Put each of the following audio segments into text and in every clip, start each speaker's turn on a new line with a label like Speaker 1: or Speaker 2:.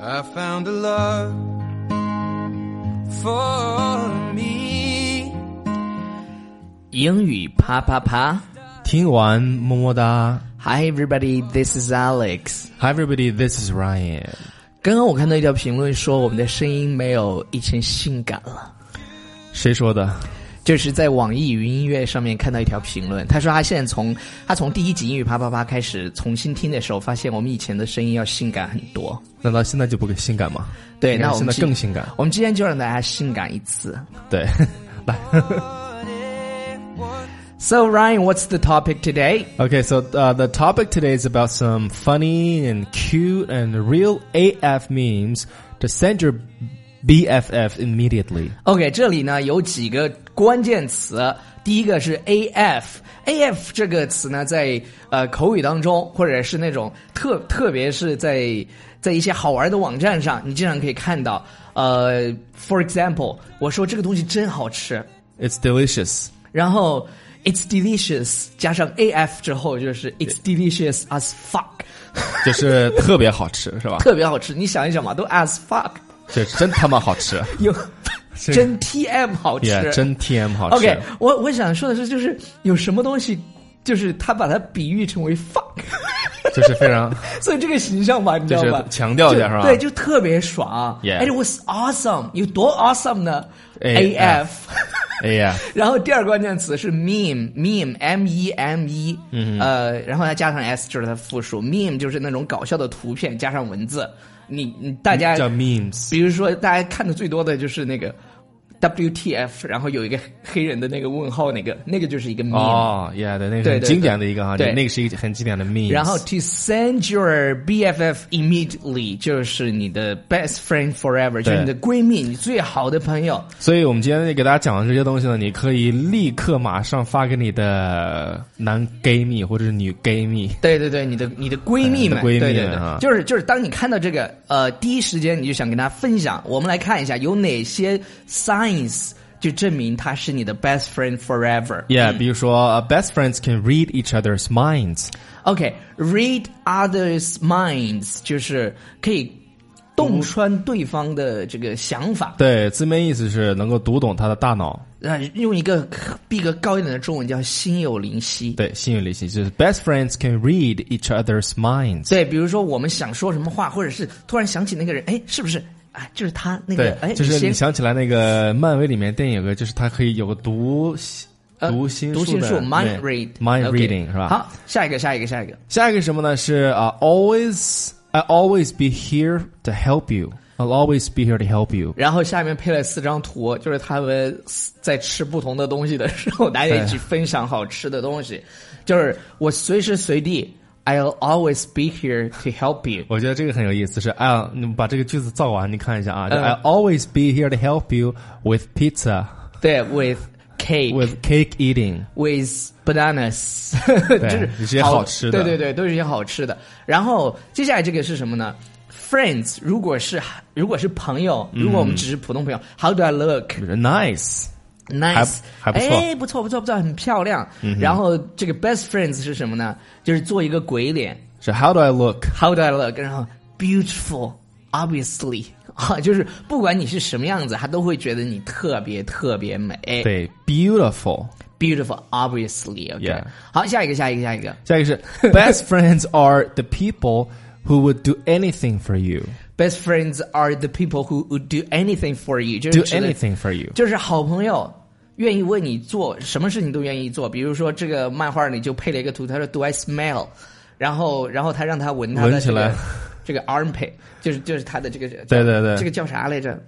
Speaker 1: I found a love for me.
Speaker 2: 英语啪啪啪
Speaker 3: 听完么么哒
Speaker 2: ！Hi everybody, this is Alex。
Speaker 3: ，Hi everybody, this is Ryan。
Speaker 2: 刚刚我看到一条评论说我们的声音没有以前性感了，
Speaker 3: 谁说的？
Speaker 2: 就是在网易云音乐上面看到一条评论，他说他现在从他从第一集英语啪啪啪开始重新听的时候，发现我们以前的声音要性感很多。
Speaker 3: 难道现在就不性感吗？
Speaker 2: 对，
Speaker 3: 应该
Speaker 2: 那我
Speaker 3: 现
Speaker 2: 们
Speaker 3: 在
Speaker 2: 今
Speaker 3: 更性 感。
Speaker 2: 我们今天就让大家性感一次。
Speaker 3: 对，来
Speaker 2: So Ryan, what's the topic today?
Speaker 3: ，OK。So uh, the topic today is about some funny and cute and real AF memes to send your BFF immediately.
Speaker 2: OK，这里呢有几个关键词，第一个是 AF。AF 这个词呢，在呃口语当中，或者是那种特特别是在在一些好玩的网站上，你经常可以看到。呃，for example，我说这个东西真好吃，
Speaker 3: It's delicious.
Speaker 2: 然后 it's delicious 加上 AF 之后就是 it's delicious as fuck，
Speaker 3: 就是特别好吃，是吧？
Speaker 2: 特别好吃。你想一想嘛，都 as fuck，
Speaker 3: 这真他妈好 吃，
Speaker 2: 有真 TM 好吃
Speaker 3: 也、真 TM 好吃。
Speaker 2: OK，我我想说的是，就是有什么东西，就是他把它比喻成为 fuck，
Speaker 3: 就是非常
Speaker 2: 所以这个形象吧，你知道吧
Speaker 3: 就？是强调一下
Speaker 2: 就是
Speaker 3: 吧
Speaker 2: 对，就特别爽。
Speaker 3: Yeah
Speaker 2: It was awesome，有多 awesome 呢
Speaker 3: AF
Speaker 2: ？AF。
Speaker 3: 哎呀，
Speaker 2: 然后第二个关键词是 meme，meme，m e m e，呃，
Speaker 3: 嗯
Speaker 2: 然后再加上 s 就是它复数，meme 就是那种搞笑的图片加上文字。你你大家
Speaker 3: 叫 memes。
Speaker 2: 比如说，大家看的最多的就是那个 WTF，然后有一个黑人的那个问号，那个那个就是一个 meme。
Speaker 3: 哦、y e a h 对，那个
Speaker 2: 对对
Speaker 3: 很
Speaker 2: 对
Speaker 3: 经典的一个哈，
Speaker 2: 对
Speaker 3: 那个是一个很经典的 meme。
Speaker 2: 然后 to send your BFF immediately 就是你的 best friend forever，就是你的闺蜜，你最好的朋友。
Speaker 3: 所以我们今天给大家讲的这些东西呢，你可以立刻马上发给你的男 gay 蜜或者是女 gay 蜜。
Speaker 2: 对对对，你的你的闺蜜们，
Speaker 3: 哎对你的闺蜜们
Speaker 2: 对对对，
Speaker 3: 啊
Speaker 2: 就是就是，当你看到这个，呃，第一时间你就想跟大家分享。我们来看一下有哪些 signs 就证明她是你的 best friend forever。
Speaker 3: Yeah，、比如说、呃 best friends can read each other's minds。
Speaker 2: OK，read、others' minds 就是可以洞穿对方的这个想法。
Speaker 3: 对，字面意思是能够读懂他的大脑。
Speaker 2: 呃，用一个逼格高一点的中文叫心有灵犀。
Speaker 3: 对，心有灵犀就是 best friends can read each other's minds。
Speaker 2: 对，比如说我们想说什么话，或者是突然想起那个人，哎，是不是？啊，就是他那个
Speaker 3: 对，，
Speaker 2: 哎，
Speaker 3: 就是你
Speaker 2: 先
Speaker 3: 想起来那个漫威里面电影有个，就是它可以有个读心
Speaker 2: 呃
Speaker 3: 读心
Speaker 2: 读心术
Speaker 3: 术的
Speaker 2: mind
Speaker 3: 对
Speaker 2: read
Speaker 3: mind
Speaker 2: OK
Speaker 3: reading 是吧？，
Speaker 2: 好，下一个，下一个，下一个。
Speaker 3: 下一个是什么呢？是啊、a l w a y s I always be here to help you. I'll always be here to help you.
Speaker 2: 然后下面配了四张图，就是他们在吃不同的东西的时候，大家一起分享好吃的东西。就是我随时随地，I'll always be here to help you。
Speaker 3: 我觉得这个很有意思，是 I 你们把这个句子造完，你看一下啊、
Speaker 2: 嗯
Speaker 3: i always be here to help you with pizza,
Speaker 2: 对，with cake。
Speaker 3: with cake eating.
Speaker 2: with bananas，就是
Speaker 3: 一些好吃的
Speaker 2: 对对对，都是一些好吃的。然后接下来这个是什么呢？Friends，如果是如果是朋友，
Speaker 3: 嗯
Speaker 2: 如果我们只是普通朋友、h o w do I look？
Speaker 3: Nice.
Speaker 2: Nice，
Speaker 3: 还还不错嗯
Speaker 2: 哎，不错不错不错，很漂亮。然后这个 best friends 是什么呢？就是做一个鬼脸
Speaker 3: 是 How do I look?
Speaker 2: ，How do I look？然后 beautiful，obviously 啊，就是不管你是什么样子，他都会觉得你特别特别美。
Speaker 3: 对，beautiful.
Speaker 2: ，beautiful，obviously。OK，
Speaker 3: Yeah
Speaker 2: 好，下一个，下一个，下一个。
Speaker 3: 下一个是 best friends are the people who would do anything for you,
Speaker 2: Best friends are the people who would do anything for you，就是
Speaker 3: do
Speaker 2: 指的
Speaker 3: anything for you.
Speaker 2: 就是好朋友愿意为你做什么事情都愿意做。比如说这个漫画里就配了一个图，他说 “Do I smell”，然后然后他让他闻他的
Speaker 3: 闻起
Speaker 2: 这个
Speaker 3: 来
Speaker 2: 这个 armpit，就是就是他的这个
Speaker 3: 对对对
Speaker 2: 这个叫啥来着？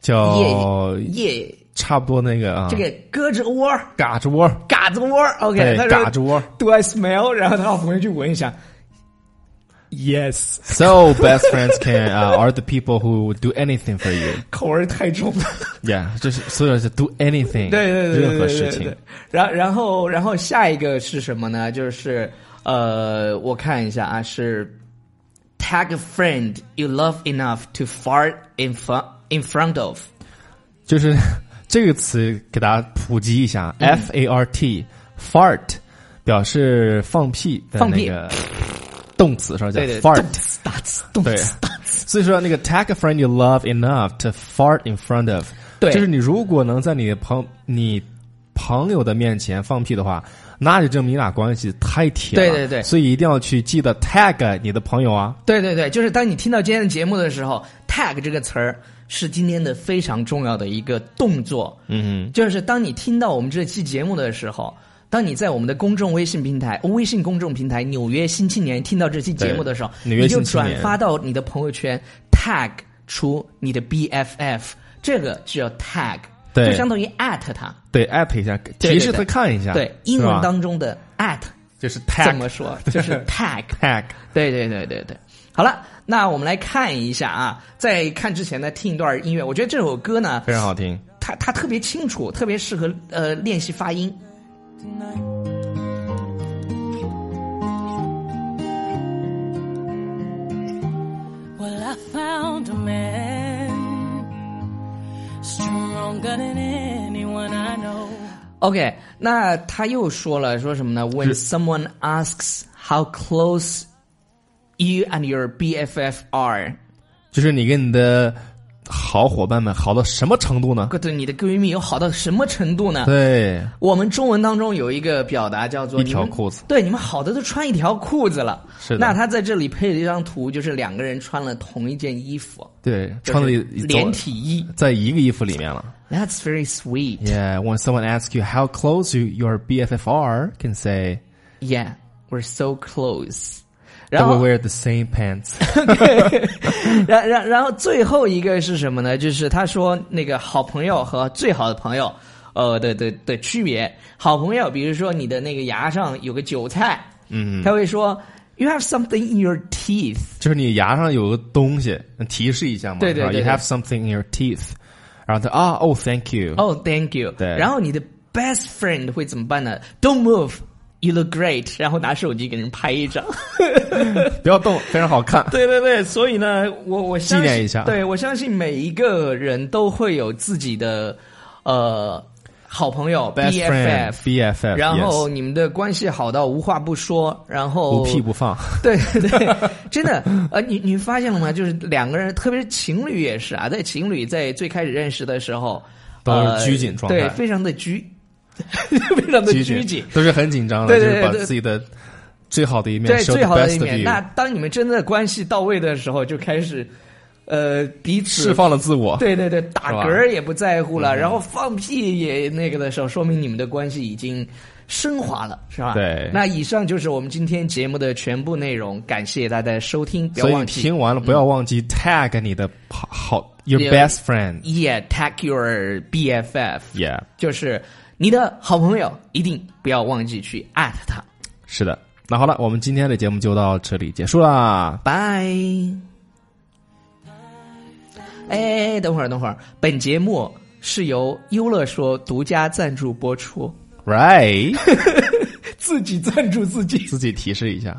Speaker 3: 叫
Speaker 2: 腋腋
Speaker 3: 差不多那个啊，
Speaker 2: 这个胳肢窝儿、
Speaker 3: 嘎吱 窝，
Speaker 2: 嘎子窝儿，OK，
Speaker 3: 对
Speaker 2: 他，
Speaker 3: 嘎吱
Speaker 2: 说
Speaker 3: 窝。
Speaker 2: “Do I smell”，然后他好朋友去闻一下，Yes，
Speaker 3: So best friends can uh, are the people who would do anything for you.
Speaker 2: 口味太重了。
Speaker 3: Yeah，就是所有是 do anything，
Speaker 2: 对对对对
Speaker 3: 任何
Speaker 2: 对
Speaker 3: 事
Speaker 2: 对
Speaker 3: 情
Speaker 2: 对。然然后然后下一个是什么呢？就是呃，我看一下啊，是 tag a friend you love enough to fart in front in front of。
Speaker 3: 就是这个词给大家普及一下、f A R T fart 表示放屁的
Speaker 2: 放
Speaker 3: 那
Speaker 2: 屁
Speaker 3: 个动词，是吧？叫
Speaker 2: 对对，
Speaker 3: fart。
Speaker 2: 动次打次，动
Speaker 3: 对
Speaker 2: 次打次。
Speaker 3: 所以说那个 tag a friend you love enough to fart in front of，
Speaker 2: 对
Speaker 3: 就是你如果能在你的朋你朋友的面前放屁的话，那就证明你俩关系太铁了。
Speaker 2: 对对对
Speaker 3: 所以一定要去记得 tag 你的朋友啊。
Speaker 2: 对对对，就是当你听到今天的节目的时候，tag 这个词儿是今天的非常重要的一个动作。
Speaker 3: 嗯
Speaker 2: 就是当你听到我们这期节目的时候，当你在我们的公众微信平台、微信公众平台《纽约新青年》听到这期节目的时候，
Speaker 3: 对纽约
Speaker 2: 你就
Speaker 3: 新青年
Speaker 2: 转发到你的朋友圈，tag 出你的 BFF，这个就叫 tag，
Speaker 3: 对
Speaker 2: 就相当于 at 他。
Speaker 3: 哼，对，at 一下，
Speaker 2: 对
Speaker 3: 提示他看一下。
Speaker 2: 对，英文
Speaker 3: 是吧
Speaker 2: 当中的 at
Speaker 3: 就是 tag
Speaker 2: 怎么说？就是 tag。
Speaker 3: tag。
Speaker 2: 对对对对对，好了，那我们来看一下啊，在看之前呢，听一段音乐。我觉得这首歌呢，
Speaker 3: 非常好听。
Speaker 2: 它它特别清楚，特别适合呃练习发音。
Speaker 1: tonight.
Speaker 4: Well, I found a man stronger than anyone I know.
Speaker 2: OK，那他又说了说什么呢？When
Speaker 3: 是
Speaker 2: someone asks how close you and your BFF are，
Speaker 3: 就是你跟你的好伙伴们好到什么程度呢？
Speaker 2: 或者你的闺蜜有好到什么程度呢？
Speaker 3: 对，
Speaker 2: 我们中文当中有一个表达叫做
Speaker 3: 一条
Speaker 2: 你们
Speaker 3: 裤子
Speaker 2: 对，你们好的都穿一条裤子了。
Speaker 3: 是的
Speaker 2: 那他在这里配了一张图，就是两个人穿了同一件衣服，
Speaker 3: 对，
Speaker 2: 就是
Speaker 3: 穿了一
Speaker 2: 连，体衣。
Speaker 3: 在一个衣服里面了。
Speaker 2: That's very sweet.
Speaker 3: Yeah, when someone asks you how close you your BFF are, can say
Speaker 2: Yeah, we're so close.
Speaker 3: that
Speaker 2: 然后
Speaker 3: we wear the same pants.
Speaker 2: 然然然后最后一个是什么呢？就是他说那个好朋友和最好的朋友，呃的的的区别。好朋友，比如说你的那个牙上有个韭菜，嗯，他会说 You have something in your teeth。
Speaker 3: 就是你牙上有个东西，提示一下嘛，
Speaker 2: 对对
Speaker 3: 是吧
Speaker 2: 对对
Speaker 3: ，You have something in your teeth。然后他啊，Oh, thank you。
Speaker 2: Oh, thank you。
Speaker 3: 对
Speaker 2: 然后你的 best friend 会怎么办呢？Don't move。You look great，然后拿手机给人拍一张。
Speaker 3: 不要动，非常好 看。
Speaker 2: 对对对，所以呢，我我相信
Speaker 3: 纪念一下
Speaker 2: 对我相信每一个人都会有自己的呃好朋友
Speaker 3: Best friend,
Speaker 2: BFF。
Speaker 3: BFF，
Speaker 2: 然后
Speaker 3: yes，
Speaker 2: 你们的关系好到无话不说，然后
Speaker 3: 无屁不放。
Speaker 2: 对对对，真的呃，你你发现了吗？就是两个人，特别是情侣也是啊，在情侣在最开始认识的时候，
Speaker 3: 都是
Speaker 2: 呃
Speaker 3: 拘谨状态
Speaker 2: 对，非常的拘， 非常的
Speaker 3: 拘
Speaker 2: 拘
Speaker 3: 谨
Speaker 2: 谨。
Speaker 3: 都是很紧张的，
Speaker 2: 对对对
Speaker 3: 就是把
Speaker 2: 对
Speaker 3: 自己的最好的一面
Speaker 2: 对，
Speaker 3: show
Speaker 2: 最
Speaker 3: the
Speaker 2: 好的一
Speaker 3: best of
Speaker 2: 面。那
Speaker 3: you，
Speaker 2: 当你们真的关系到位的时候，就开始呃彼此
Speaker 3: 释放了自我。
Speaker 2: 对对对，打
Speaker 3: 是吧
Speaker 2: 嗝儿也不在乎了，然后放屁也那个的时候，说明你们的关系已经升华了，是吧？
Speaker 3: 对
Speaker 2: 那以上就是我们今天节目的全部内容，感谢大家的收听，不要
Speaker 3: 所以你
Speaker 2: 忘记嗯
Speaker 3: 听完了不要忘记 tag 你的好好 your
Speaker 2: Yeah
Speaker 3: best friend。
Speaker 2: ，Yeah, tag your BFF，
Speaker 3: Yeah，
Speaker 2: 就是你的好朋友，一定不要忘记去 at 他。
Speaker 3: 是的。那好了，我们今天的节目就到这里结束啦。
Speaker 2: 拜。哎，等会儿，等会儿，本节目是由优乐说独家赞助播出，
Speaker 3: Right，
Speaker 2: 自己赞助自己。
Speaker 3: 自己提示一下。